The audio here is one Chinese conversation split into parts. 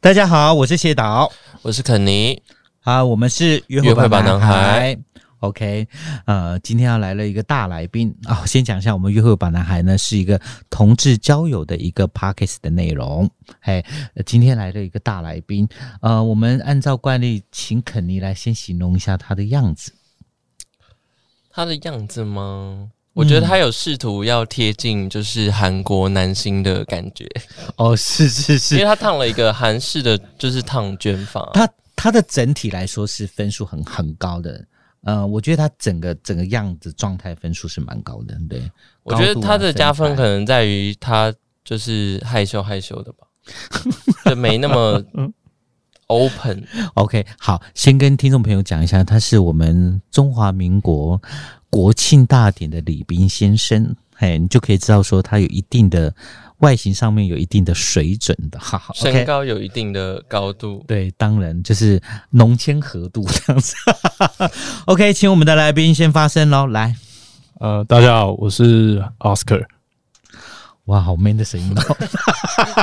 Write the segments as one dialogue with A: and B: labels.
A: 大家好，我是谢导。
B: 我是肯尼，
A: 啊，我们是约
B: 约
A: 会
B: 会
A: 吧
B: 吧
A: 男
B: 男
A: 孩
B: 孩。
A: OK，呃，今天要来了一个大来宾啊、先讲一下，我们约会吧男孩呢是一个同志交友的一个 podcast 的内容。哎，呃今天来了一个大来宾，呃，我们按照惯例，请肯尼来先形容一下他的样子。
B: 他的样子吗？我
A: 嗯
B: 觉得他有试图要贴近就是韩国男星的感觉，
A: 哦，是是
B: 因
A: 是，
B: 为他烫了一个韩式的就是烫卷发。
A: 他他的整体来说是分数很很高的。呃，我觉得他整个整个样子状态分数是蛮高的，对。
B: 我觉得他的加分
A: 可。
B: 可能在于他就是害羞害羞 的吧，就没那么 open。
A: OK，好，先跟听众朋友讲一下，他是我们中华民国国庆大典的礼宾先生，嘿，你就可以知道说他有一定的外形上面有一定的水准的，哈哈。
B: 身
A: OK，
B: 高有一定的高度，
A: 对，当然就是浓谦合度这样子。OK，请我们的来宾先发声喽，来，
C: 呃，大家好，我是 Oscar。
A: 哇，好 man 的声音哦。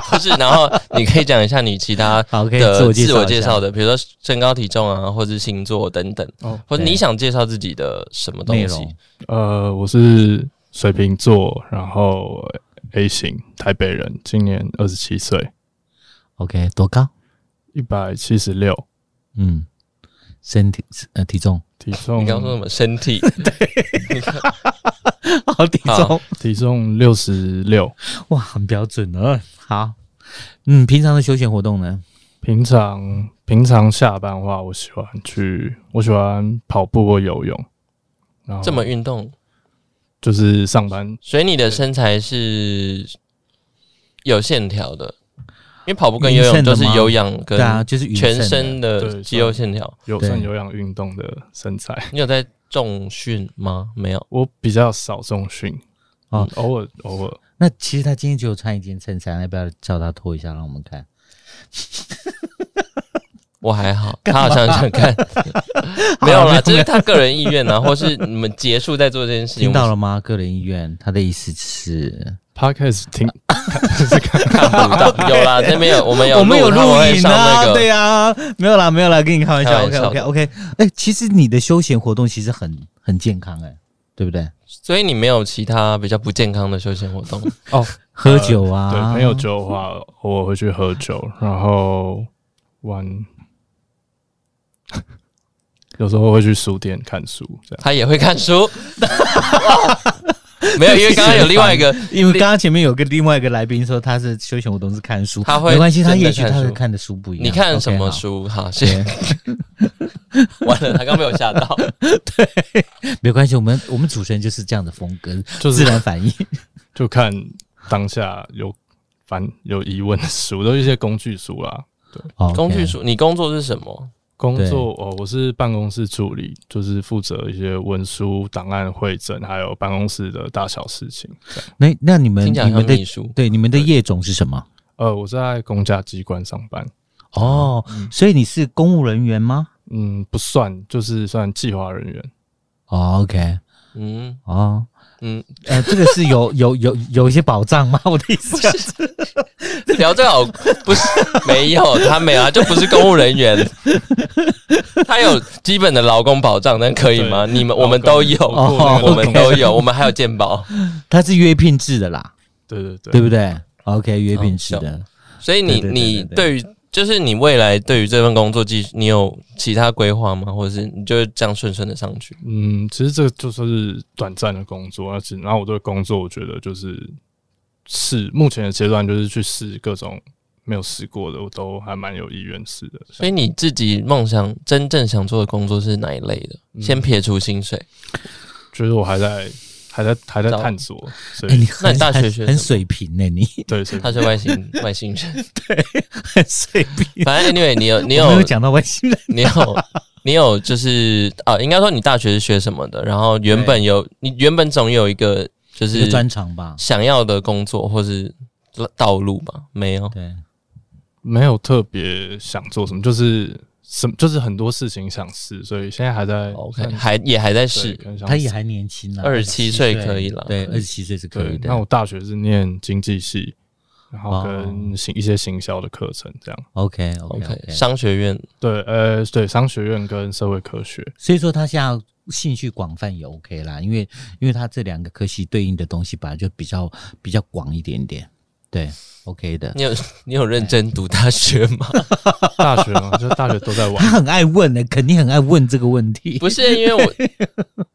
B: 不是？然后你可以讲一下你其他
A: 好可以
B: 的
A: 自我介
B: 自
A: 绍
B: 我
A: 一
B: 介
A: 下
B: 绍的，比如说身高体重啊，或者是星座等等，
C: 哦，
B: 或者
A: 对
B: 你想介绍自己的什么
A: 内
B: 东西
A: 容？
C: 呃，我是水瓶座，然后 A 型，台北人，今年二十七岁，
A: OK，多高？
C: 一百七十六，
A: 嗯，身体呃体 重，
C: 体重
B: 你刚刚说什么？身体？
A: 哦好体
B: 好
A: 重，
C: 体重六十六，
A: 哇，很标准了。好，嗯，平常的休闲活动呢？
C: 平常平常下班的话，我喜欢去，我喜欢跑步或游泳，然后
B: 这么运动，
C: 就是上班
B: 所以你的身材是有线条的，因为跑步跟
A: 匀
B: 游泳
A: 称的
B: 就是
A: 吗
B: 有氧跟
A: 对啊，就是匀
B: 全
A: 的
B: 身的
C: 对
B: 肌肉线条。
C: 有算
A: 对
C: 有氧运动的身材，
B: 你有在重训吗？没有，
C: 我比较少重训，
A: 哦
C: 嗯，偶尔偶尔。
A: 那其实他今天只有穿一件衬衫，要不要叫他脱一下让我们看？
B: 我还好。他好像 想看，没有
A: 没
B: 啦，
A: 有
B: 这是他个人意愿啊，或是你们结束再做这件事情。
A: 听到了吗？个人意愿，他的意思是，
C: Podcast 听
B: 我看不 到，有啦，那边有我们有
A: 我们有
B: 他我
A: 录
B: 会
A: 影
B: 上那
A: 啊，
B: 个
A: 对啊，没有啦，没有啦，跟你开玩笑。
B: 开玩
A: OK
B: 笑
A: OK OK，
B: 的
A: 哎、其实你的休闲活动其实很很健康、哎，对不对？
B: 所以你没有其他比较不健康的休闲活动。
C: 哦，
A: 喝酒啊，
B: 呃
C: 对，朋友酒的话，偶尔会去喝酒，然后玩， 有时候会去书店看书，这样。
B: 他也会看书。没有，因为刚刚有另外一个，
A: 因为刚刚前面有个另外一个来宾说他是休闲活动是看书，
B: 他会
A: 没关系，他
B: 真的
A: 也许
B: 看
A: 他
B: 书
A: 会看的书不一样。
B: 你看什
A: OK，
B: 么
A: 好？
B: 书？好，谢谢。 完了，他刚被我吓到。
A: 没关系，我们我们主持人就是这样的风格，
C: 就是
A: 自然反应。
C: 就看当下有烦有疑问的书，都是一些工具书啦。
A: OK
B: 工具书，你工作是什么？
C: 工作哦，我是办公室助理，就是负责一些文书、档案会诊，还有办公室的大小事情。这样
A: 那那你们
B: 听起来
A: 你
B: 像
A: 们
B: 秘
A: 的
B: 书。
A: 对你们的业种是什么？
C: 呃，我在公家机关上班，
A: 哦，所以你是公务人员吗、
C: 嗯，不算，就是算计划人员。
A: 哦、？OK，
B: 嗯
A: 哦，
B: 嗯，
A: 呃，这个是有 有有有一些保障吗？ 我的意思是，
B: 聊这个好不是 没有，他没有，他啊就不是公务人员。他有基本的劳工保障，但可以吗？
C: 对
B: 你们
C: 劳
B: 我们
C: 工
B: 都有，
C: 哦
B: 我们
A: OK
B: 都有，我们还有健保。
A: 它是约聘制的啦，
C: 对对对，
A: 对不对？OK，约
B: 嗯
A: 聘制
B: 哦
A: 的。
B: 所以
A: 对
B: 你
A: 对对
B: 你
A: 对
B: 对于就是你未来对于这份工作，继续你有其他规划吗？或者是你就这样顺顺的上去？
C: 嗯，其实这个就算是短暂的工作，而且然后我对工作，我觉得就是试目前的阶段就是去试各种没有试过的，我都还蛮有意愿试的。
B: 所以你自己梦想真正想做的工作是哪一类的？
C: 嗯
B: 先撇除 薪水，
C: 就是我还在还在还在
B: 找
C: 探索，所
A: 哎、
C: 以
A: 你很
B: 那你大学
A: 很
B: 学什么
A: 很水平呢、你
C: 对，所以
B: 他是外星外星人。
A: 很水平。
B: 反正 anyway，你有你
A: 我没
B: 有
A: 有讲到外星人，
B: 你有 你有就是啊，应该说你大学是学什么的？然后原本有你原本总有一个就
A: 一
B: 是
A: 个专长吧？
B: 想要的工作或是道路吧？没有，
A: 对，
C: 没有特别想做什么，就是什么就是很多事情想试，所以现在还在
B: OK，还也还在试
C: 是，可能想
A: 哦他也
C: 试
A: 还年轻啊，
B: 27岁
A: 27
B: 可以啦
A: 对，二十七岁是可以
C: 对。
A: 的。哦
C: 那我大学是念经济系，然后跟行一些行销的课程这样。
A: OK OK
B: OK，
A: OK，
B: 商学院
C: 对，呃，对，商学院跟社会科学，
A: 所以说他现在兴趣广泛也 OK 啦，因为因为他这两个科系对应的东西本来就比较比较广一点点，对 OK
C: 嗯
A: 的。
B: 你有你有认真读大学吗？
C: 大学嘛，就是大学都 在
A: 他
C: 玩。
A: 很爱问的、肯定很爱问这个问题。
B: 不是，因为 我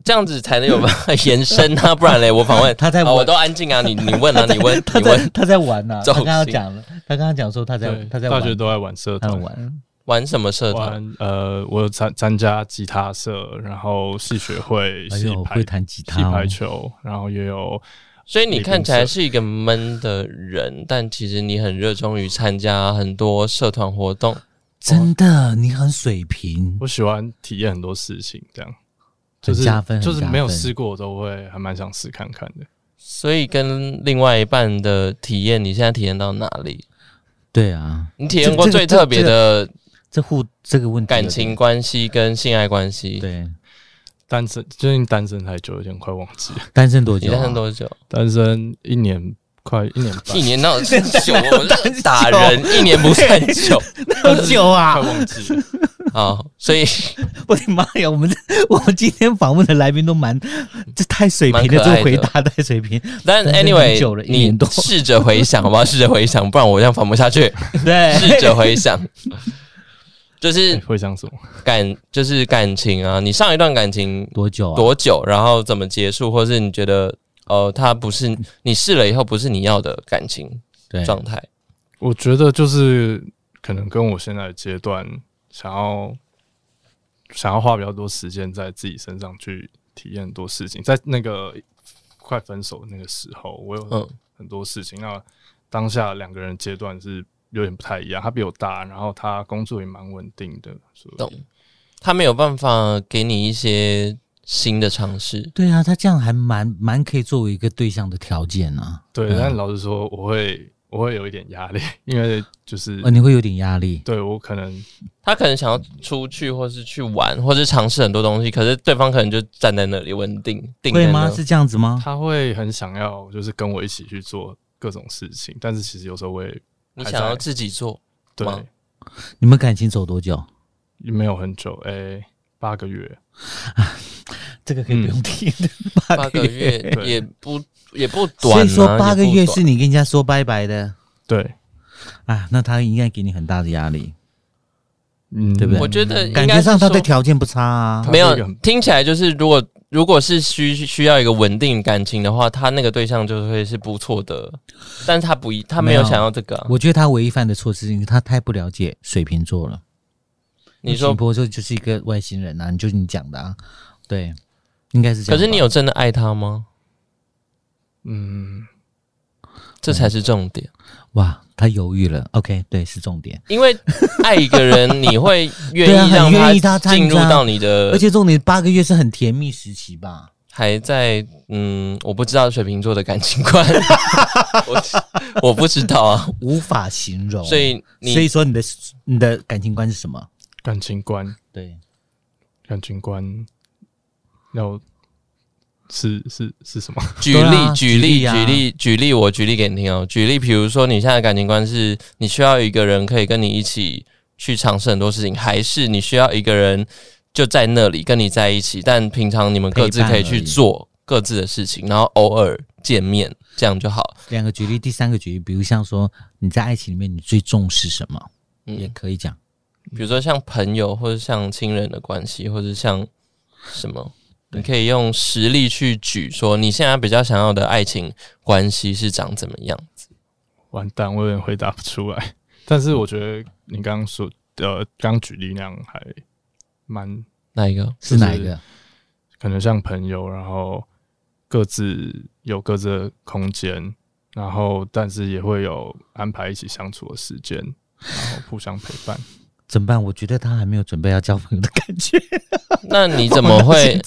B: 这样子才能有办法延伸 啊，不然嘞，我访问
A: 他在
B: 啊
A: 玩
B: 我都安静啊，你你问啊，你问
A: 他
B: 你
A: 在
B: 问
A: 他在玩呢、啊，
B: 赵
A: 他
B: 信
A: 刚刚讲了，他刚刚讲说他在
C: 对，
A: 他在
C: 大学
A: 玩，
C: 都在玩社
A: 他在
C: 团，
A: 玩。
B: 玩什么社团？
C: 玩呃，我有参参加吉他社，然后戏学会、
A: 哎
C: 戏
A: 呦，
C: 排
A: 会弹吉
C: 戏
A: 他、哦
C: 排，球，然后也有
B: 所以你看起来是一个闷的人，但其实你很热衷于参加很多社团活动。
A: 真的，你很水平，
C: 我喜欢体验很多事情，这样就
A: 很
C: 是
A: 加分，
C: 就是
A: 很加
C: 没有
A: 分
C: 试过，我都会还蛮想试看看的。
B: 所以跟另外一半的体验，你现在体验到哪里？
A: 对啊，
B: 你体验过最特别的
A: 这户这个问题有点
B: 感情关系跟性爱关系？
A: 对
C: 单身最近单身太久，有点快忘记 了，
A: 单身多
B: 你
A: 久、啊？
B: 单身多久？
C: 单身一年快一 年半
B: 一，年 到久，我是打人，一年不算久
A: 多久
C: 快
A: 啊！
C: 忘记了。
B: 啊。所以
A: 我的妈呀，我们这 我们今天访问的来宾都蛮这太水平
B: 蛮可
A: 了，
B: 爱的
A: 这回答太水 平。单
B: 但
A: 身很
B: anyway，
A: 久了一
B: 你
A: 年多
B: 试着回想 好不好？试着回想，不然我这样仿不 下去。
A: 对，
B: 试着回想，就是
C: 哎会像什么？
B: 感，就是感情啊。你上一段感情
A: 多久啊？
B: 多久？然后怎么结束？或是你觉得，呃，他不是你试了以后不是你要的感情
A: 对，
B: 状态？
C: 我觉得就是可能跟我现在的阶段想要想要花比较多时间在自己身上去体验很多事情，在那个快分手的那个时候，我
B: 嗯
C: 有很多事情。那当下两个人阶段是有点不太一样，他比我大，然后他工作也蛮稳定的，所
B: 懂
C: 以
B: 他没有办法给你一些新的尝试。
A: 对啊，他这样还蛮蛮可以作为一个对象的条件啊。
C: 对。
A: 嗯
C: 但老实说，我会我会有一点压力，因为就是
A: 哦，你会有点压力。
C: 对我可能
B: 他可能想要出去，或是去玩，或是尝试很多东西，可是对方可能就站在那里稳定定
A: 会
B: 在
A: 吗？
B: 那。
A: 是这样子吗？
C: 他会很想要就是跟我一起去做各种事情，但是其实有时候我也
B: 你想要自己做，
C: 对
B: 吗
A: 你们感情走多久？
C: 没有很久，诶、八个月，
A: 这个可以不用听，八
B: 嗯八个月
C: 对
B: 也不也不短、啊，
A: 所以说八个
B: 也
A: 月
B: 不短
A: 是你跟人家说拜拜的
C: 对，
A: 啊，那他应该给你很大的压力，
C: 嗯，
A: 对不对
B: 我觉得应该
A: 感
B: 是
A: 觉上他的
B: 说
A: 条件不差啊
C: 他。
B: 没有
C: 是一个很
B: 听起来就是，如果如果是需需要一个稳定感情的话，他那个对象就会是不错的，但是他不一，他没有
A: 没有
B: 想要这个啊、
A: 我觉得他唯一犯的错是因为他太不了解水瓶座了。
B: 你说
A: 波就就是一个外星人啊，你就是你讲的啊，对，应该是这
B: 可
A: 样吧。
B: 是你有真的爱他吗？
C: 嗯，
B: 这才是重点，
A: 哇，他犹豫了。OK，对，是重点。
B: 因为爱一个人，你会愿
A: 对啊
B: 意让
A: 很愿意他
B: 进入
A: 参加
B: 到你的
A: 而，且重点八个月是很甜蜜时期吧？
B: 还在嗯，我不知道水瓶座的感 情观，我我不知道啊，
A: 无法形容。
B: 所以你
A: 所以说你的你的感情观是什么？
C: 感情观，
A: 对，
C: 感情观要是是是什么？
B: 举
A: 对
B: 例
A: 啊，
B: 举
A: 举
B: 例，
A: 例啊
B: 举例，举例，我举例给你听哦。举例，比如说你现在的感情观是，你需要一个人可以跟你一起去尝试很多事情，还是你需要一个人就在那里跟你在一起，但平常你们各自
A: 陪伴
B: 可以去
A: 而已
B: 做各自的事情，然后偶尔见面，这样就好。
A: 两个举例，第三个举例，比如像说你在爱情里面你最重视什么，也
B: 嗯，
A: 可以讲。
B: 比如说像朋友，或者像亲人的关系，或者像什么。你可以用实例去举，说你现在比较想要的爱情关系是长怎么样？
C: 完蛋，我有点回答不出来。但是我觉得你刚刚说，呃，刚举例那样还蛮，
B: 哪一个？
A: 是哪一个？
C: 可能像朋友，然后各自有各自的空间，然后但是也会有安排一起相处的时间，然后互相陪 伴。
A: 怎么办？我觉得他还没有准备要交朋友的感觉。
B: 那你 怎么会？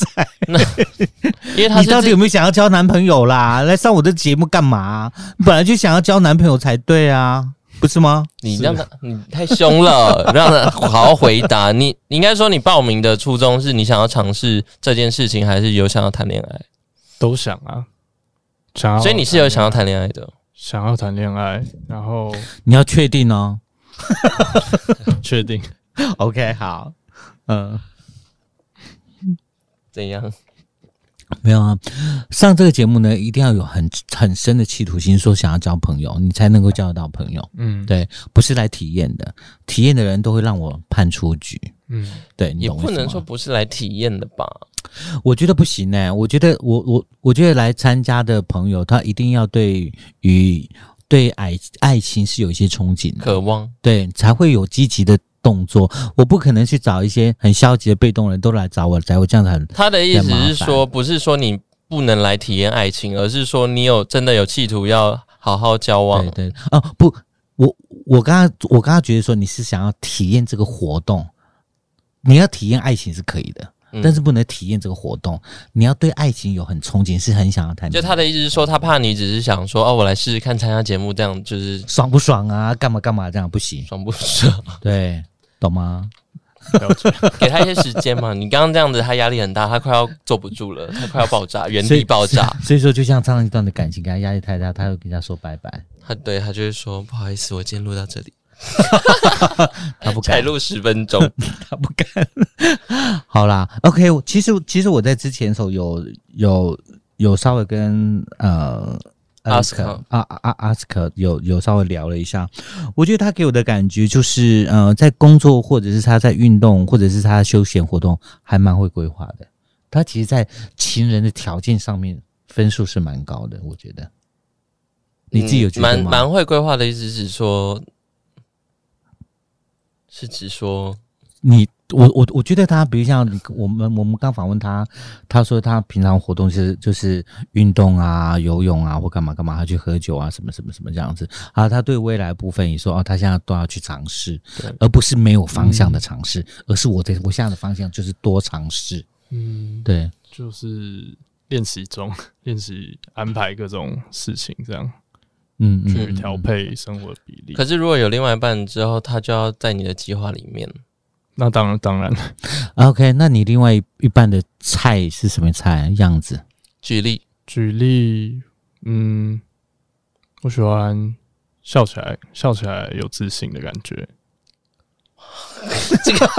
B: 那 因为他
A: 你
B: 是
A: 到
B: 自
A: 底有没有想要交男朋友啦？来上我的节目干嘛、本来就想要交男朋友才对啊，不是吗？
B: 你让他你太凶了， 让他好好回答。你你应该说你报名的初衷是你想要尝试这件事情，还是有想要谈恋爱？
C: 都想啊，想要，
A: 哦
B: 所以你是有想要谈恋爱的。
C: 想要谈恋爱，然后
A: 你要确定哦。
C: 确定
A: OK，好，嗯、
B: 怎样？
A: 没有啊，上这个节目呢，一定要有很很深的企图心，说想要交朋友，你才能够交得到朋友。
C: 嗯
A: 对，不是来体验的，体验的人都会让我判出局。
C: 嗯，
A: 对，你
B: 也
A: 懂我
B: 不
A: 意思
B: 能
A: 吗
B: 说不是来体验的吧？
A: 我觉得不行哎、我觉得我我我觉得来参加的朋友，他一定要对于对爱爱情是有一些憧憬的，
B: 渴望
A: 对，才会有积极的动作。我不可能去找一些很消极的被动人都来找我，找我这样子很
B: 他的意思是
A: 很麻
B: 说，不是说你不能来体验爱情，而是说你有真的有企图要好好交往
A: 对。对哦、不，我我刚刚我刚刚觉得说你是想要体验这个活动，你要体验爱情是可以的，
B: 嗯
A: 但是不能体验这个活动。你要对爱情有很憧憬，是很想要谈恋
B: 就
A: 爱，
B: 他的意思是说，他怕你只是想说，哦，我来试试看参加节目，这样就是
A: 爽不爽啊？干嘛干嘛这样不 行？
B: 爽不爽？
A: 对，懂吗？
C: 了解。
B: 给他一些时间嘛。你刚刚这样子，他压力很大，他快要坐不住了，他快要爆 炸，原
A: 所
B: 地
A: 以
B: 爆炸。
A: 所以说，就像上一段的感情，给他压力太大，他会跟人家说拜拜，
B: 他对他就会说，不好意思，我今天录到这里，
A: 他 不
B: 才
A: 敢，
B: 录十分钟。
A: 他不敢。好啦，OK，我其实其实我在之前的时候有有有稍微跟呃。阿斯
B: Ask
A: 克啊啊啊！阿斯克有有稍微聊了一下，我觉得他给我的感觉就是，呃，在工作或者是他在运动，或者是他休闲活动，还蛮会规划的。他其实，在情人的条件上面，分数是蛮高的，我觉得。 你自己有觉
B: 嗯蛮
A: 得吗？
B: 蛮会规划的意思是说，是指说
A: 你我我我觉得他，比如像我们我们刚访问他，他说他平常活动是就是运动啊、游泳啊或干嘛干嘛，他去喝酒啊什么什么什么这样子啊。他对未来部分也说哦，他现在都要去尝试
C: 对，
A: 而不是没有方向的尝试，而是我的我现在的方向就是多尝试。
C: 嗯，
A: 对，
C: 就是练习中练习安排各种事情，这样
A: 嗯嗯
C: 去
A: 嗯，
C: 调配生活比例。
B: 可是如果有另外一半之后，他就要在你的计划里面。
C: 那当然，当然，
A: OK，那你另外一一半的菜是什么菜样子？
B: 举例，
C: 举例，嗯，我喜欢笑起来，笑起来有自信的感觉。
B: 这个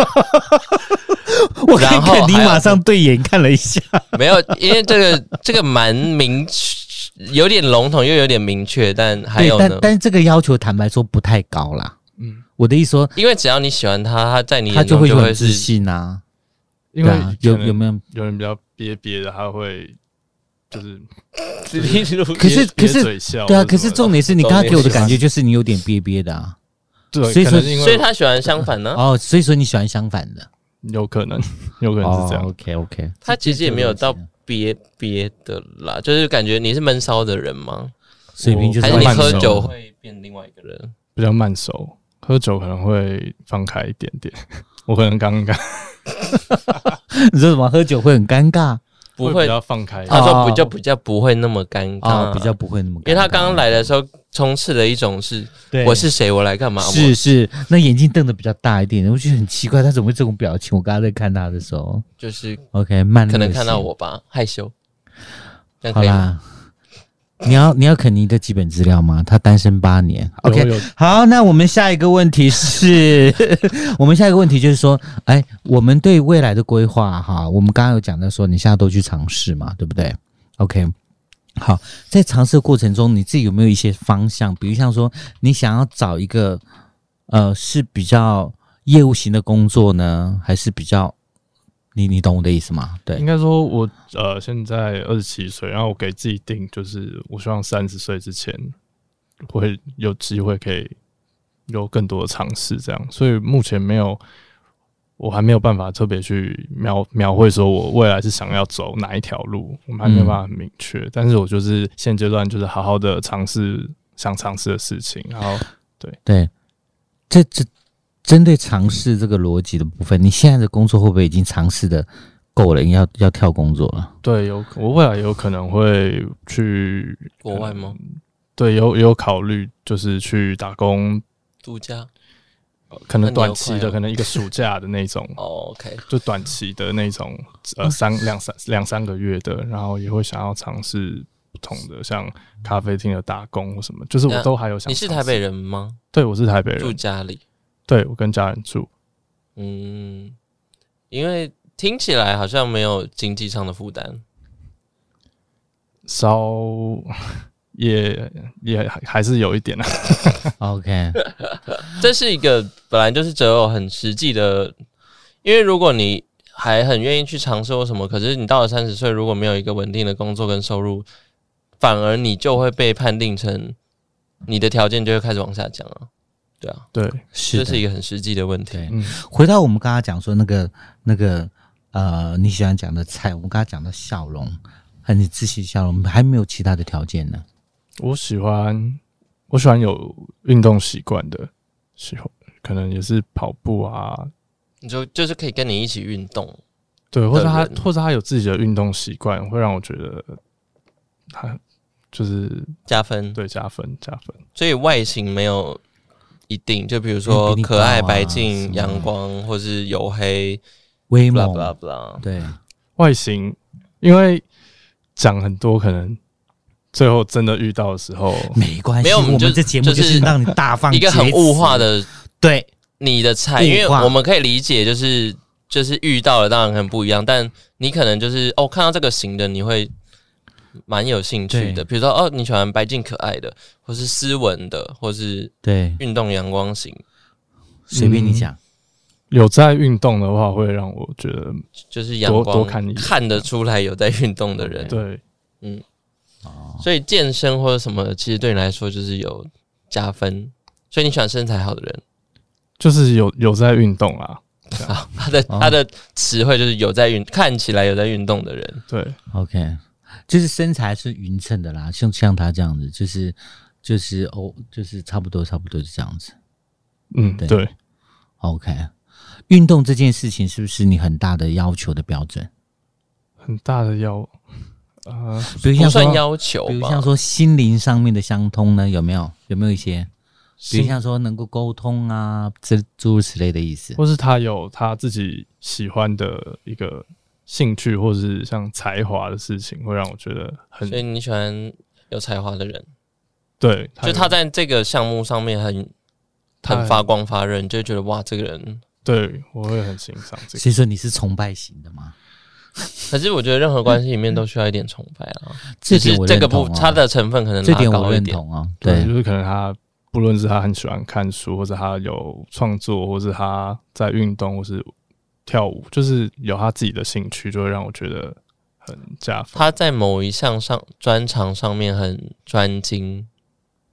A: 我
B: 然
A: 看
B: 后
A: 肯定
B: 还有
A: 马上对眼看了一下，
B: 没有，因为这个这个蛮明确，有点笼统又有点明确，但还
A: 对
B: 有，
A: 但
B: 呢，
A: 但这个要求坦白说不太高啦。
C: 嗯，
A: 我的意思说，
B: 因为只要你喜欢他，他在你
A: 他
B: 眼
A: 就
B: 中
A: 会有
B: 就会
A: 很自
B: 是
A: 信啊。
C: 因为
A: 对啊、有
C: 可能
A: 有没有？
C: 有人比较憋憋的，他会就是
B: 例如
A: 可是可
C: 憋
A: 是
C: 嘴笑
A: 对啊，
C: 或者
A: 可是
C: 什
A: 重
C: 么
A: 点是你
B: 懂
A: 刚刚
B: 你
A: 给我的
B: 意思
A: 感觉就是你有点憋憋的啊。
C: 的对，
A: 所以
C: 可
A: 说
C: 能因
B: 所以
C: 为
B: 他喜欢相反
C: 啊
B: 呢、
A: 哦，所以说你喜欢相反的，哦
C: 有可能 有可能是这样，
A: OK OK，
B: 他其实也没有到憋憋的啦，就是感觉你是闷骚的人吗？
A: 水平就是
B: 还是你
A: 慢
B: 喝
A: 熟啊
B: 酒会变另外一个人？
C: 比较慢熟，喝酒可能会放开一点 点。我可能刚刚
A: 你说什么？喝酒会很尴 尬
B: 不
C: 比
B: 会，
C: 较放开一点，
B: 他说比较
A: 哦
B: 比较不会那么尴尬、
A: 啊，哦比较不会那么尴尬。
B: 因为他刚刚来的时候充斥了一种是
A: 对
B: 我是谁，我来干嘛？我
A: 是是，那眼睛瞪得比较大一点，我觉得很奇怪，他怎么会这种表情？我刚刚在看他的时候
B: 就是
A: ，OK，慢热
B: 可能
A: 型
B: 看到，我吧，害羞。这样
A: 嗯好
B: 可以吗
A: 啦。你要你要肯尼的基本资料吗？他单身八年，OK，哦
C: 有有
A: 好，那我们下一个问题是， 我们下一个问题就是说，哎，我们对未来的规划哈，我们刚刚有讲到说，你现在都去尝试嘛，对不对？OK，好，在尝试的过程中，你自己有没有一些方向？比如像说，你想要找一个呃是比较业务型的工作呢，还是比较你你懂我的意思吗？
C: 应
A: 对，
C: 该说我，呃现在二十七岁，然后我给自己定就是，我希望三十岁之前会有机会可以有更多的尝试，这样。所以目前没有，我还没有办法特别去描描绘说我未来是想要走哪一条路，我们还没有办法很明确。但是我就是现阶段就是好好的尝试想尝试的事情，然后
A: 对，这这针对尝试这个逻辑的部分，你现在的工作会不会已经尝试的够了？要要跳工作 了？
C: 对有我未来有可能会去
B: 国外吗？
A: 嗯
C: 对，有有考虑就是去打工
B: 度假
C: 可
B: 那
C: 能
B: 你
C: 短
B: 有
C: 期
B: 快
C: 的，
B: 哦，
C: 可能一个暑假的那种
B: 哦，OK，
C: 就
B: 嗯
C: 短期的那种，呃，三两三两三个月的，然后也会想要尝试不同的，像咖啡厅的打工或什么，就是我都还有想。
B: 你是台北？人吗？
C: 对，我是台北
B: 住
C: 人。
B: 家里？
C: 对，我跟家人住。
B: 嗯，因为听起来好像没有经济上的负担。
C: 稍 也也还还是有一点啊。
B: 嗯
A: OK，
B: 这是一个本来就是择偶很实际的，因为如果你还很愿意去尝试或什么，可是你到了三十岁，如果没有一个稳定的工作跟收入，反而你就会被判定成你的条件就会开始往下降啊。对啊，
C: 对，
A: 是
B: 这
A: 的
B: 是一个很实际的问题。
A: 对。
C: 嗯，
A: 回到我们刚刚讲说那个那个呃，你喜欢讲的菜，我们刚刚讲的笑容，和你自信笑容，还没有其他的条件呢。
C: 我喜欢我喜欢有运动习惯的，喜欢可能也是跑步啊，
B: 你就就是可以跟你一起运动，
C: 对，或者他
B: 人
C: 或者他有自己的运动习惯，会让我觉得他就是
B: 加分。
C: 对加分加分。
B: 所以外形没有一定，就比如说
A: 嗯比例高啊
B: 可爱、白
A: 什
B: 净、
A: 么
B: 阳光，或是黝黑
A: 威
B: ，blah
A: 猛，
B: blah blah。
A: 对，
C: 外形，因为讲很多，可能最后真的遇到的时 候，
A: 没关系，
B: 没有我们
A: 我
B: 就
A: 们这节目就
B: 就是
A: 是让你大放
B: 一个很
A: 厥词
B: 物化，的
A: 对，
B: 你的菜，
A: 物化
B: 因为我们可以理解，就是就是遇到了当然很不一样，但你可能就是哦看到这个型的你会蛮有兴趣
A: 对
B: 的，比如说哦你喜欢白净可爱的，或是斯文的，或是
A: 对，
B: 运动阳光型，
A: 随便你讲。
C: 有在运动的话，会让我觉得
B: 就是阳光
C: 多多看一眼
B: 得出来有在运动的人，
C: 对
A: 哦，
B: 所以健身或者什么，其实对你来说就是有加分。所以你喜欢身材好的人，
C: 就是有有在运动啊，
B: 好，他的
A: 哦
B: 他的词汇就是有在运，看起来有在运动的人，
C: 对
A: OK，就是身材是匀称的啦，像像他这样子，就是就是哦，就是差不多差不多是这样子。
C: 嗯
A: 对
C: 对，
A: OK，运动这件事情是不是你很大的要求的标准？
C: 很大的腰，呃，
A: 比如
B: 不
A: 像说
B: 算要求
A: 比如
B: 吧
A: 像。说心灵上面的相通呢，有没有有没有一些？比如
C: 心
A: 像说能够沟通啊，这诸如此类的意思。
C: 或是他有他自己喜欢的一个兴趣，或是像才华的事情，会让我觉得很
B: 所以你喜欢有才华的人，
C: 对，
B: 就
C: 有
B: 他在这个项目上面很
C: 他
B: 很发光发热，你就会觉得哇，这个人。
C: 对我会很欣赏这个。
A: 所以说你是崇拜型的吗？
B: 可是我觉得任何关系里面都需要一点崇拜啦，
A: 嗯这
B: 只
A: 点
B: 是
A: 我
B: 这
A: 认
B: 个
A: 同
B: 不
A: 啊、
B: 他的成分可能
A: 这
B: 拉
A: 点
B: 高
A: 我
B: 一
A: 认
B: 点。
A: 同啊。
C: 对，
A: 对
C: 就是可能他不论是他很喜欢看书，或是他有创作，或是他在运动，或是跳舞，就是有他自己的兴趣，就会让我觉得很加分。
B: 他在某一项上专长上面很专精，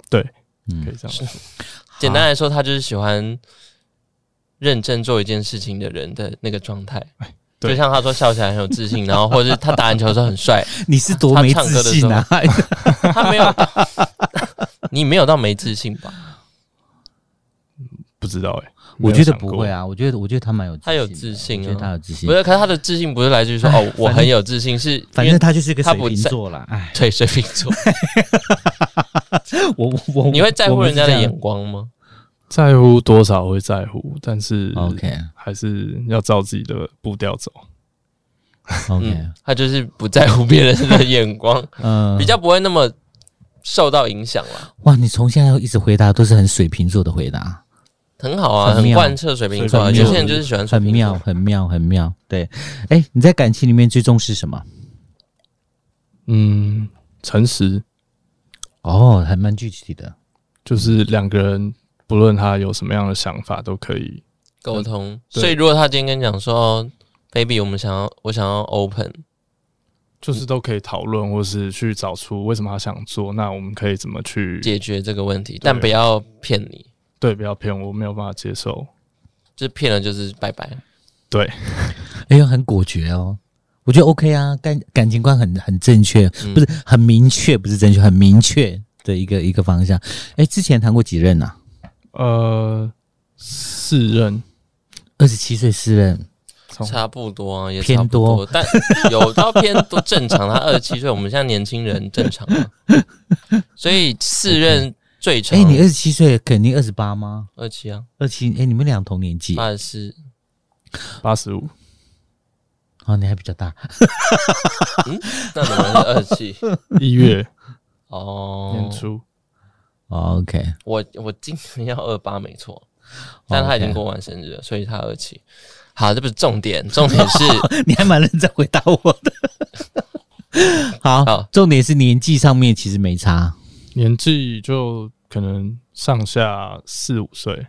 C: 可以
A: 嗯，啊
C: 这样说，
B: 简单来说，他就是喜欢认真做一件事情的人的那个状态。
A: 哎
C: 对
B: 就像他说笑起来很有自信，然后或者是他打篮球的时候 很帅，
A: 你是多没
B: 他唱歌
A: 自
B: 的
A: 信啊！
B: 他没有，你没有到没自信吧？
C: 不知道哎、
A: 我觉得不会
C: 啊。
A: 啊，我觉得我觉得他蛮有自信的
B: 他有自信啊
A: 我觉得他有自信
B: 不，是，可是他的自信不是来自于说哦，我很有自信，是
A: 哎反
B: 因
A: 正
B: 为
A: 他就是个
B: 他
A: 水
B: 不
A: 瓶
B: 在
A: 座啦。 哎，
B: 对水瓶座，
A: 我我 我
B: 你会在乎人家的眼
A: 我
B: 光吗？
C: 在乎多少会在乎，但是
A: 们是这样嗯
C: 还是要照自己的步调走。
A: ？OK OK，
B: 嗯，他就是不在乎别人的 眼光，
A: 嗯，
B: 比较不会那么受到影响啦。
A: 哇，你从现在一直回答都是很水瓶座的回答，啊
B: 很好啊，
A: 很
B: 很
A: 妙
B: 贯彻水瓶座啊，
A: 水瓶
B: 有
A: 座
B: 些人就是喜欢水
A: 很
B: 瓶座
A: 妙，。很妙，很妙。对，哎，你在感情里面最重视什么？
C: 嗯，诚实
A: 哦，还蛮具体的。
C: 就是两个人，不论他有什么样的想法，都可以。
B: 沟通。
C: 对
B: 所以如果他今天跟你讲说、哦、，baby，我们想要我想要 open，
C: 就是都可以讨论，或是去找出为什么他想做，那我们可以怎么去
B: 解决这个问题，但不要骗你，
C: 对，不要骗我，我没有办法接受。
B: 就是骗了就是拜拜。
C: 对，
A: 哎呦，很果决哦。我觉得 OK 啊，感感情观很很正确，
B: 嗯
A: 不是很明确，不是正确，很明确的一个一个方向。哎，之前谈过几任啊？
C: 呃，四任
A: 二十七岁私任，
C: 从
B: 差不多啊，也
A: 偏
B: 差不多，但有到偏多正常。 他二十七岁，我们现在年轻人正常、啊，所以四任最长
A: 哎、你二十七岁，肯定二十八吗？
B: 二七啊，
A: 二七，哎，你们俩同年纪
B: 八十四，
C: 八十五，
A: 哦，你还比较大，
B: 那你们是二 期
C: 一月
B: 哦
C: 年。初，
A: 哦 OK，
B: 我我今年要二八没错，
A: 哦
B: 但他已经过完生日了，所以他二期。好，这不是重点，重点是
A: 你还蛮认真回答我的。 好，
B: 好
A: 重点是年纪上面其实没差
C: 年纪就可能上下四五岁，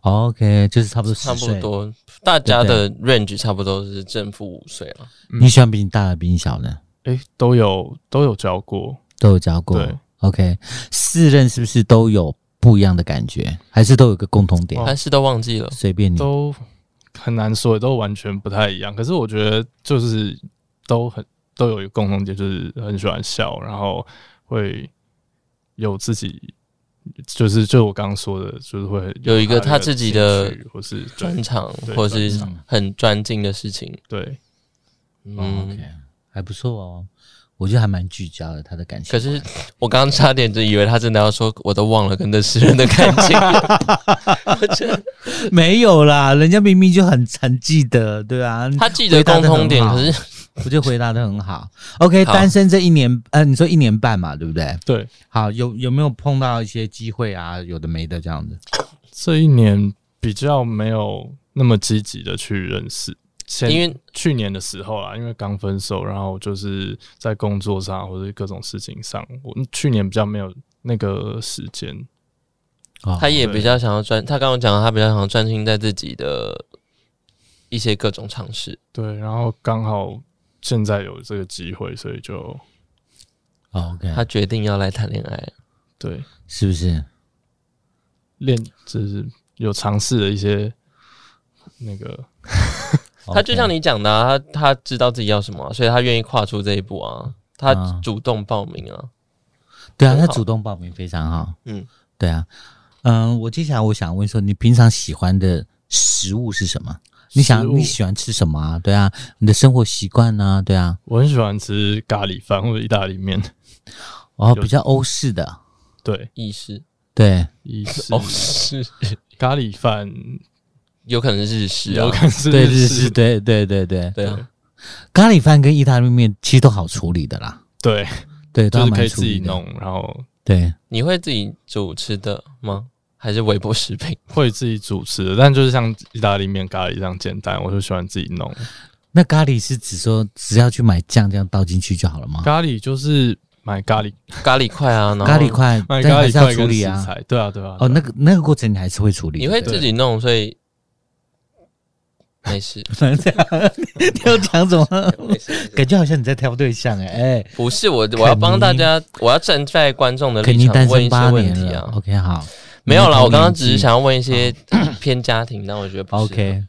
A: 哦，OK，就是差不多
B: 差
A: 十
B: 不
A: 岁。
B: 多，大家的 range 差不多是正负五岁了。
A: 你喜欢比你大的，比你小的，
C: 诶，都有都有教过，
A: 都有教过
C: 对。
A: OK，四任是不是都有不一样的感觉，还是都有一个共同点？
C: 哦
B: 还是都忘记了，
A: 随便你。
C: 都很难说，都完全不太一样。可是我觉得就是都很都有一个共同点，就是很喜欢笑，然后会有自己。就是就我刚刚说的，就是会
B: 有一个
C: 他
B: 他自己的
C: 兴趣或是对
B: 专长
C: 对
B: 或是
C: 专
A: 长
B: 很专精的事情。
C: 对，
A: 哦
B: 嗯，
A: OK，还不错哦，我觉得还蛮聚焦的，他的感情
B: 可
A: 观。
B: 是我刚刚差点就以为他真的要说，我都忘了跟这诗人的感 情。我觉得
A: 没有啦，人家明明就很很记得，对啊，
B: 他记得共通点，
A: 回答
B: 可
A: 得很
B: 是
A: 我就回答的很好。OK，
B: 好
A: 单身这一年，呃，你说一年半嘛，对不对？
C: 对，
A: 好，有有没有碰到一些机会啊？有的没的这样子。
C: 这一年比较没有那么积极的去认识，先
B: 因为
C: 去年的时候啦，因为刚分手，然后就是在工作上或者各种事情上，我去年比较没有那个时间，
A: 哦
B: 他也比较想要专，他刚刚讲他比较想要专心在自己的一些各种尝试。
C: 对，然后刚好现在有这个机会，所以就
A: 哦 OK，
B: 他决定要来谈恋爱，
C: 对
A: 是不是？
C: 练，就是有尝试了一些那个，
B: 他就像
A: OK
B: 你讲的、啊，他他知道自己要什么啊、所以他愿意跨出这一步啊，他
A: 嗯
B: 主动报名啊。
A: 对啊，
B: 很
A: 他
B: 好
A: 主动报名非常好。
B: 嗯，
A: 对啊，嗯，我接下来我想问说，你平常喜欢的食物是什么？你
C: 食
A: 想
C: 物
A: 你喜欢吃什么啊？对啊，你的生活习惯呢？对啊，
C: 我很喜欢吃咖喱饭或者意大利面，
A: 哦，
C: 有
A: 比较欧式的，
C: 对，
B: 意识
A: 对，
C: 意式、
B: 哦， 是
C: 咖喱饭，
B: 有可能是日式啊
C: 有，可能是
A: 对
C: 日
A: 日
C: 式
A: 式，对对对对，
B: 对啊，
A: 咖喱饭跟意大利面其实都好处理的啦，
C: 对，
A: 对，都还
C: 就是可
A: 蛮
C: 以
A: 处
C: 自
A: 理
C: 己
A: 的。
C: 弄，然后
A: 对，
B: 你会自己煮吃的吗？还是微波食品？
C: 会自己主持的，但就是像意大利面、咖喱这样简单，我就喜欢自己弄。
A: 啊那咖喱是只说只要去买酱，这样倒进去就好了吗？
C: 咖喱就是买咖喱，
B: 咖喱块啊，然后
A: 咖喱块，
C: 买
A: 这样
C: 咖
A: 还
C: 喱
A: 是要
C: 块
A: 处
C: 跟
A: 理
C: 食
A: 啊。
C: 材，对啊，对啊。
A: 哦，
C: 对
A: 那
C: 啊
A: 个那个过 程你还是会处理的，
B: 你会
A: 对
B: 自己弄，所以没事，
A: 你要讲什么？
B: 没事。
A: 感觉好像你在挑对象哎、哎、
B: 不是我，我要帮大家，我要站在观众的
A: 肯
B: 立
A: 尼
B: 场
A: 单
B: 问一
A: 身
B: 些
A: 八
B: 问
A: 年
B: 题
A: 了、
B: 啊。
A: o k 好
B: 没有啦，
A: 你
B: 我
A: 的同年纪
B: 刚刚只是想要问一些偏家庭，但我觉得不是。
A: 哦，OK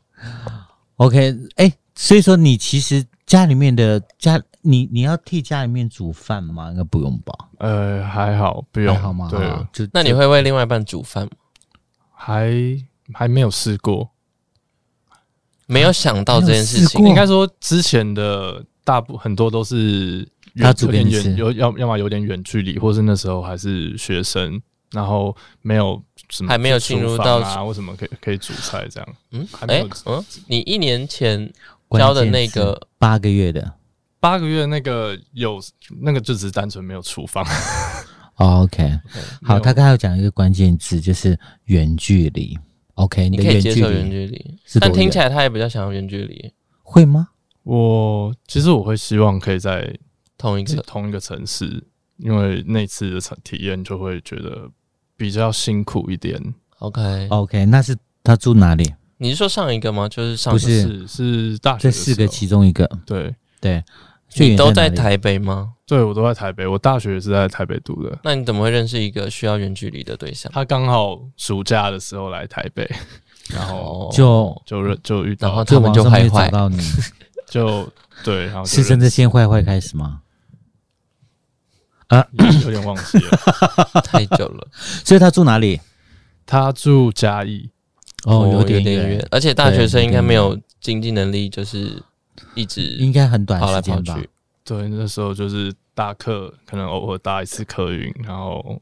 A: OK，哎、所以说你其实家里面的家，你你要替家里面煮饭吗？应该不用吧？
C: 呃还好，不
A: 不
C: 用，
A: 好吗？啊
C: 对，
A: 好就
B: 那你
A: 就
B: 会为另外一半煮饭吗？
C: 还还没有试过，
B: 没有想到这件事
A: 没有试过
B: 情，
C: 应该说之前的大部很多都是远
A: 他煮
C: 有
A: 给
C: 点
A: 你吃
C: 远，有要要么有点远距离，或是那时候还是学生，然后没有什么
B: 还没有进入
C: 厨房
B: 到
C: 啊，或什么可以可以煮菜这样。
B: 嗯，
C: 还
B: 哎、
C: 没有
B: 嗯，你一年前
A: 关
B: 教的
A: 键
B: 那
A: 字
B: 个
A: 八个月的、
C: 八个月那个有那个就只是单纯没有厨房，
A: 哦、，OK，
C: 没
A: 好，
C: 有
A: 他刚才有讲一个关键字，就是远距离。OK，你
B: 你
A: 的
B: 可以
A: 远
B: 接
A: 距
B: 受远
A: 离
B: 距离，
A: 是
B: 但
A: 多
B: 听
A: 远
B: 起来他也比较想要远距离，
A: 会吗？
C: 我其实我会希望可以在
B: 同一个。
C: 同一个城市，因为那次的体验就会觉得比较辛苦一点。
B: OK，、
A: OK，那是他住哪里？
B: 你是说上一个吗？就是上
A: 不
B: 个
A: 是
C: 是是大学
A: 这
C: 的时候
A: 四个其中一个，
C: 对
A: 对，最
B: 你
A: 远
B: 都
A: 在哪
B: 在
A: 里
B: 台北吗？
C: 对，我都在台北，我大学也是在台北读的。
B: 那你怎么会认识一个需要远距离的对象？
C: 他刚好暑假的时候来台北，然后
A: 就
C: 就认就遇
B: 然后哦
C: 到
B: 他们就
A: 网上
B: 坏
A: 面找
B: 坏，
A: 到 你，
C: 就对，然后就是
A: 真的先坏坏开始吗？
C: 认啊识有点忘记了。
B: 太久了，
A: 所以他住哪里？
C: 他住嘉义，
A: 哦，有
B: 点
A: 点远，，
B: 而且大
A: 对
B: 学生
A: 有
B: 应该
A: 点
B: 没有经济能力，就是一直
A: 应该很短
B: 跑来
A: 时
B: 跑
A: 间吧
B: 去。。
C: 对，那时候就是搭客，可能偶尔搭一次客运，然后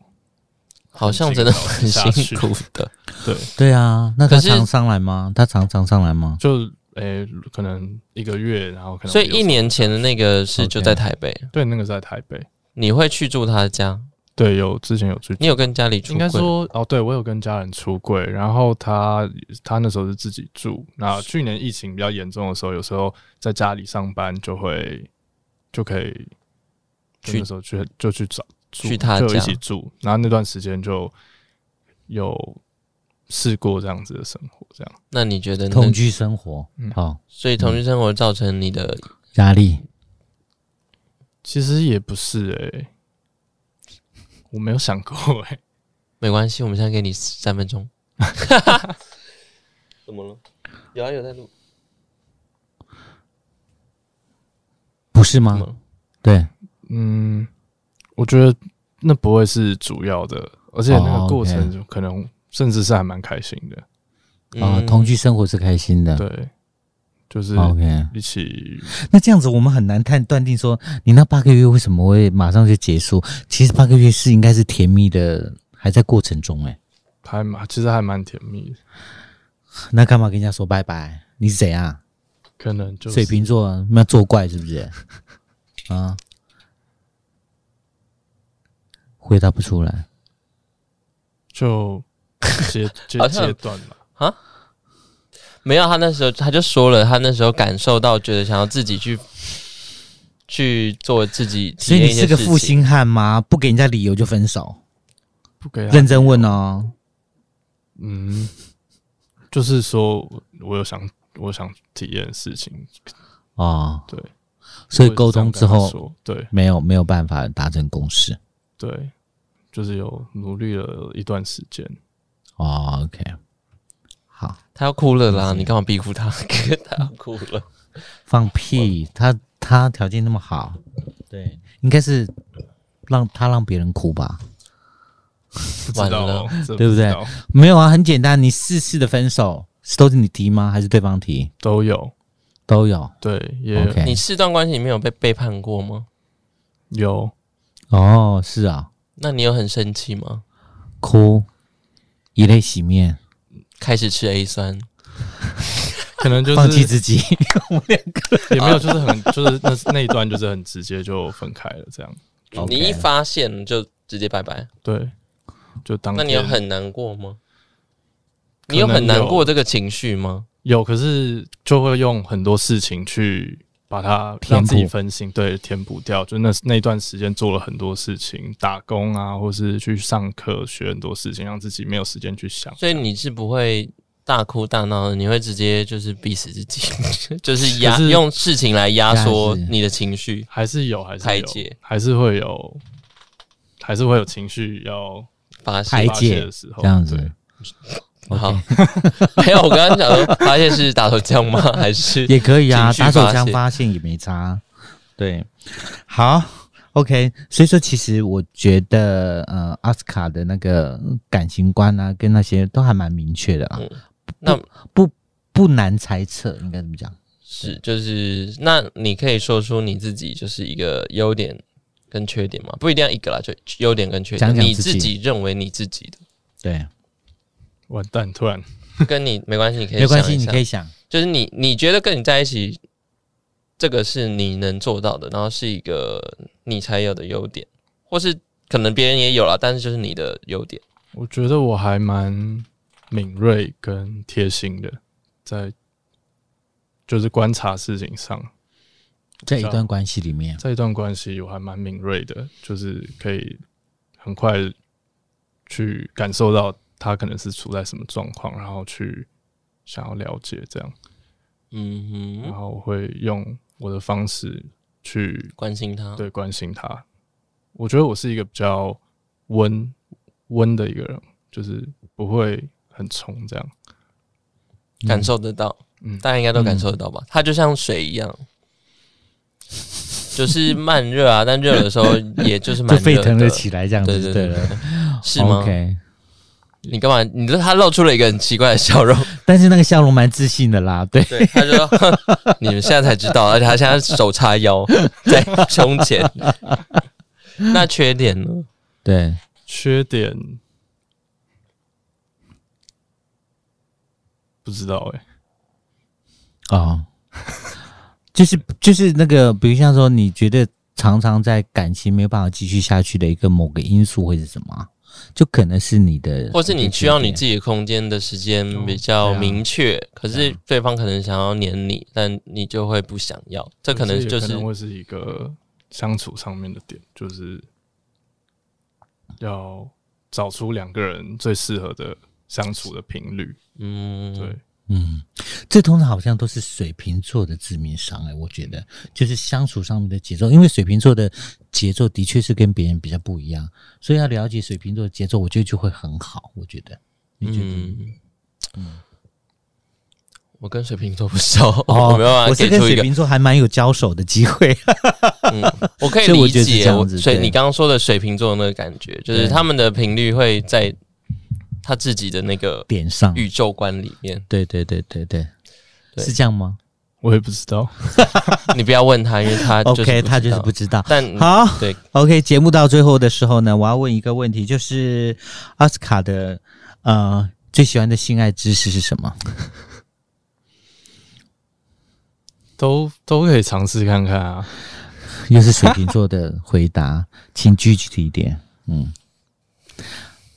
B: 好像真的很辛苦的，
C: 对，
A: 对啊，那
B: 可
A: 他
B: 是
A: 常上来吗？他常常上来吗？
C: 就诶、可能一个月，然后可能
B: 所以
C: 我就
B: 一年前的那个是
A: OK
B: 就在台北，
C: 对那个是在台北，
B: 你会去住他的家？
C: 对，有之前有去
B: 你有跟家里住
C: 应该
B: 过？
C: 说哦，对我有跟家人出柜，然后他他那时候是自己住。那去年疫情比较严重的时候，有时候在家里上班就会就可以就
B: 去
C: 那时候去就去找住
B: 去他
C: 就一
B: 家
C: 起住，然后那段时间就有试过这样子的生活，这样
B: 那你觉得呢？
A: 同居生活，
C: 嗯
A: 哦，
B: 所以同居生活造成你的
A: 压力
C: 其实也不是诶、我没有想过欸诶、
B: 没关系，我们现在给你三分钟。 怎么了？有啊，有在录。
A: 不是
B: 怎
A: 吗
B: 么？了？
A: 对，
C: 嗯，我觉得那不会是主要的，而且那
A: 哦
C: 个过
A: ，OK
C: 程就可能甚至是还蛮开心的。
A: 啊，
B: 嗯
A: 同居生活是开心的。
C: 对，就是
A: 嗯哦 OK，
C: 一起
A: 那这样子我们很难探断定说你那八个月为什么会马上就结束。其实八个月是应该是甜蜜的，还在过程中哎、
C: 还蛮，其实还蛮甜蜜的，
A: 那干嘛跟人家说拜拜？你是怎样？
C: 可能就是
A: 水瓶座那作怪是不是？啊，回答不出来。
C: 就阶 阶
B: 好像
C: 阶段嘛。
B: 没有，他那时候他就说了，他那时候感受到，觉得想要自己去去做自己，
A: 所以
B: 体
A: 你
B: 验一
A: 是
B: 些
A: 个
B: 事
A: 负
B: 情。
A: 心汉吗？不给人家理由就分手？
C: 不给他
A: 认真问哦。
C: 嗯，就是说我有想我想体验的事情，
A: 哦，
C: 对，啊
A: 所以
C: 我也是
A: 沟
C: 这样
A: 通
C: 跟
A: 之
C: 他
A: 后
C: 说对
A: 没有没有办法达成共识。
C: 对，就是有努力了一段时间，
A: 哦，OK，好，
B: 他要哭了
A: 嗯
B: 啦，你干嘛逼哭他？ 他要哭了。
A: 放屁，他他条件那么好，对，应该是让他让别人哭吧？
C: 不知
B: 完
C: 道
B: 了
C: 哦，这
A: 对不
C: 知
A: 对
C: 道？
A: 没有啊，很简单，你四次的分手是都是你提吗？还是对方提？
C: 都有，
A: 都有。
C: 对，也
A: OK，
B: 你四段关系里面有被背叛过吗？
C: 有
A: 哦，是啊，
B: 那你有很生气吗？
A: 哭，以泪洗面，
B: 开始吃 A 酸，
C: 可能就
A: 放弃
C: 是
A: 自己。我们两个
C: 也没有，就是很就是那那一段就是很直接就分开了这样。
A: OK
B: 你一发现就直接拜拜。
C: 对，就当
B: 那你有
C: 天
B: 很难过吗？
C: 可能
B: 你有很难
C: 有
B: 过这个情绪吗？
C: 有，可是就会用很多事情去把它
A: 填
C: 让
A: 补
C: 自己分心，对，填补掉。就那那段时间做了很多事情，打工啊，或是去上课学很多事情，让自己没有时间去想。
B: 所以你是不会大哭大闹的，你会直接就是逼死自己， 就是压
C: 可是
B: 用事情来压缩
A: 压制
B: 你的情绪。
C: 还是有，还是
B: 排
C: 有
B: 解，
C: 还是会有，还是会有情绪要
B: 发泄
A: 排
C: 发泄
A: 解
C: 的时 候，
A: 这样子
C: 哦对
B: 好， 没有，我刚刚讲说发泄是打手枪吗？ 还是
A: 也可以啊，
B: 情
A: 打
B: 绪
A: 手
B: 发
A: 枪
B: 泄
A: 发现也没差。对，好，OK。所以说，其实我觉得，呃，奥斯卡的那个感情观啊，跟那些都还蛮明确的啊，
B: 嗯那
A: 不难猜测，应该怎么讲？
B: 是就是那你可以说出你自己就是一个优点跟缺点嘛，不一定要一个啦，就优点跟缺点，
A: 讲讲
B: 你
A: 自己
B: 自己认为你自己
A: 对，
C: 完蛋，突然
B: 的，跟你没关系，你可以
A: 没关
B: 想
A: 系，
B: 一
A: 你
B: 下
A: 可以想。
B: 就是你你觉得跟你在一起，这个是你能做到的，然后是一个你才有的优点，或是可能别人也有啦，但是就是你的优点。
C: 我觉得我还蛮敏锐跟贴心的，在就是观察事情上，
A: 在一段关系里面，
C: 在一段关系我还蛮敏锐的，就是可以很快去感受到他可能是处在什么状况，然后去想要了解这样，
B: 嗯
C: 然
B: 哼，
C: 后我会用我的方式去
B: 关心他。
C: 对关心他。我觉得我是一个比较温温的一个人，就是不会很冲这样。
B: 感受得到，
C: 嗯
B: 大家应该都感受得到吧？它就像水一样，就是慢热啊，但热的时候也就是
A: 就
B: 蛮
A: 沸
B: 热
A: 腾了
B: 的，
A: 起来，这样
B: 对
A: 子
B: 对
A: 就对
B: 对对
A: 了，
B: 是吗
A: o k
B: 你干嘛？你他露出了一个很奇怪的笑容，
A: 但是那个笑容蛮自信的啦，对，
B: 对，他就说 哼：“你们现在才知道，而且他现在手 叉腰在胸前。”那缺点呢？
A: 对，
C: 缺点欸不知道哎、
A: 哦， 就是就是那个，比如像说，你觉得常常在感情没有办法继续下去的一个某个因素会是什么啊？就可能是你的，
B: 或是你需要你自己的空间的时间比较
C: 对啊
B: 明确，可
A: 哦对
B: 是对方可能想要黏你，但你就会不想要，这可能
C: 也
B: 就
C: 可
B: 是
C: 能会是一个相处上面的点，就是要找出两个人最适合的相处的频率。
B: 嗯，
C: 对，
A: 嗯，这通常好像都是水瓶座的致命伤哎、我觉得就是相处上面的节奏，因为水瓶座的节奏的确是跟别人比较不一样，所以要了解水瓶座的节奏，我觉得就会很好。我觉得，你觉得呢？
B: 嗯，我跟水瓶座不熟， 我没有
A: 哦
B: 办
A: 我
B: 法
A: 是
B: 给
A: 跟
B: 出一
A: 水
B: 个，
A: 瓶座还蛮有交手的机会。
B: 嗯，我可以
A: 所以我
B: 理
A: 觉得是
B: 解
A: 这样
B: 我，
A: 子
B: 所以
A: 对
B: 你刚刚说的水瓶座的那个感觉，就是
A: 对
B: 他们的频率会在他自己的那个
A: 点上，
B: 宇宙观里面，
A: 对对 对对对，
B: 对
A: 是这样吗
C: 我也不知道，
B: 你不要问他，因为他就是
A: ？OK，他
B: 知
A: 就是
B: 道
A: 不，知道。
B: 但
A: 好
B: 对，
A: ，OK，节目到最后的时候呢，我要问一个问题，就是奥斯卡的呃最喜欢的性爱知识是什么？
C: 都都可以尝试看看啊。
A: 又是水瓶座的回
B: 啊
A: 答，请具体一点。嗯，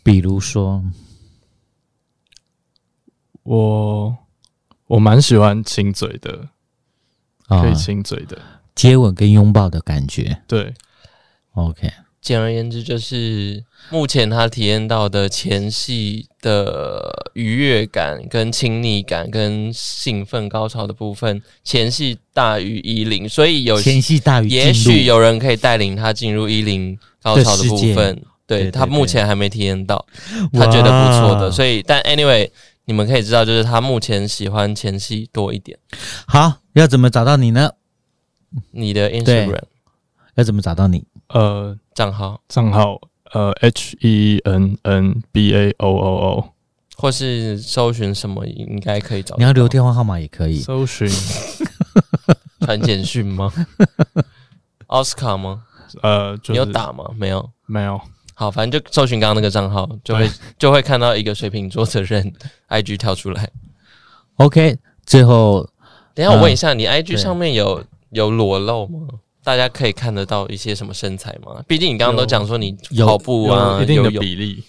A: 比如说，
C: 我我蛮喜欢亲嘴的，
A: 啊、
C: 可以亲嘴的。
A: 接吻跟拥抱的感觉。
C: 对，
A: OK，
B: 简而言之，就是目前他体验到的前戏的愉悦感、跟亲昵感、跟兴奋高潮的部分，前戏大于一零，所以有
A: 前戏大于进入
B: 也许有人可以带领他进入一零高潮的部
A: 的世
B: 分，对
A: 对
B: 他
A: 对
B: 目前还没体验到，他觉得不错的，
A: 哇
B: 所以但 anyway，你们可以知道，就是他目前喜欢前戏多一点。
A: 好，要怎么找到你呢？
B: 你的 Instagram
A: 要怎么找到你？
C: 呃，
B: 账号，
C: 账号呃 H E N N B A O O O。
B: 或是搜寻什么，应该可以找得到。
A: 你要留电话号码也可以。
C: 搜寻
B: 传简 讯吗奥斯卡吗？
C: 呃，就是
B: 你有打吗？没有。
C: 没有？
B: 好，反正就搜寻刚刚那个账号，就会就会看到一个水瓶座的人 IG 跳出来。
A: OK，最后
B: 等一下我
A: 嗯
B: 问一下，你 IG
A: 对
B: 上面有有裸露吗？大家可以看得到一些什么身材吗？毕竟你刚刚都讲说你
A: 有
B: 跑步啊，
C: 有一定的
B: 游 泳
C: 比例。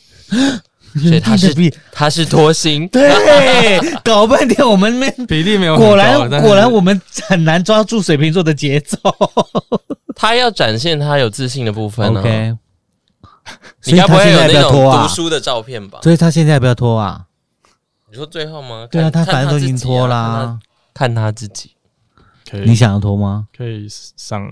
B: 所以他是
A: 人定的比
B: 他是拖星，
A: 对，搞半天我们没。
C: 比例没有很
A: 果
C: 高啊
A: 然，
C: 但是
A: 果然我们很难抓住水瓶座的节奏。
B: 他要展现他有自信的部分啊。
A: OK，所
B: 你
A: 以
B: 该不
A: 他
B: 会
A: 现
B: 有
A: 在不
B: 那
A: 要拖
B: 种读
A: 啊？
B: 书的照片吧？
A: 所以他现在不要拖啊？
B: 你说最后吗？
A: 对啊，
B: 看
A: 他反正都已经脱，
B: 看
A: 啦。
B: 看他自己。
C: 可
A: 你
C: 以
A: 想要脱吗
C: 可以上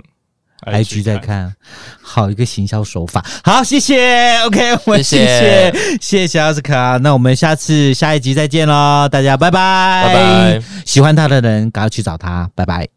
A: ？IG 再
C: 再
A: 看，好一个行销手法。好，谢谢。OK，我们
B: 谢
A: 谢
B: 谢
A: 谢谢谢奥斯卡。那我们下次下一集再见喽，大家拜拜
B: 拜拜。
A: 喜欢他的人赶快去找他，拜拜。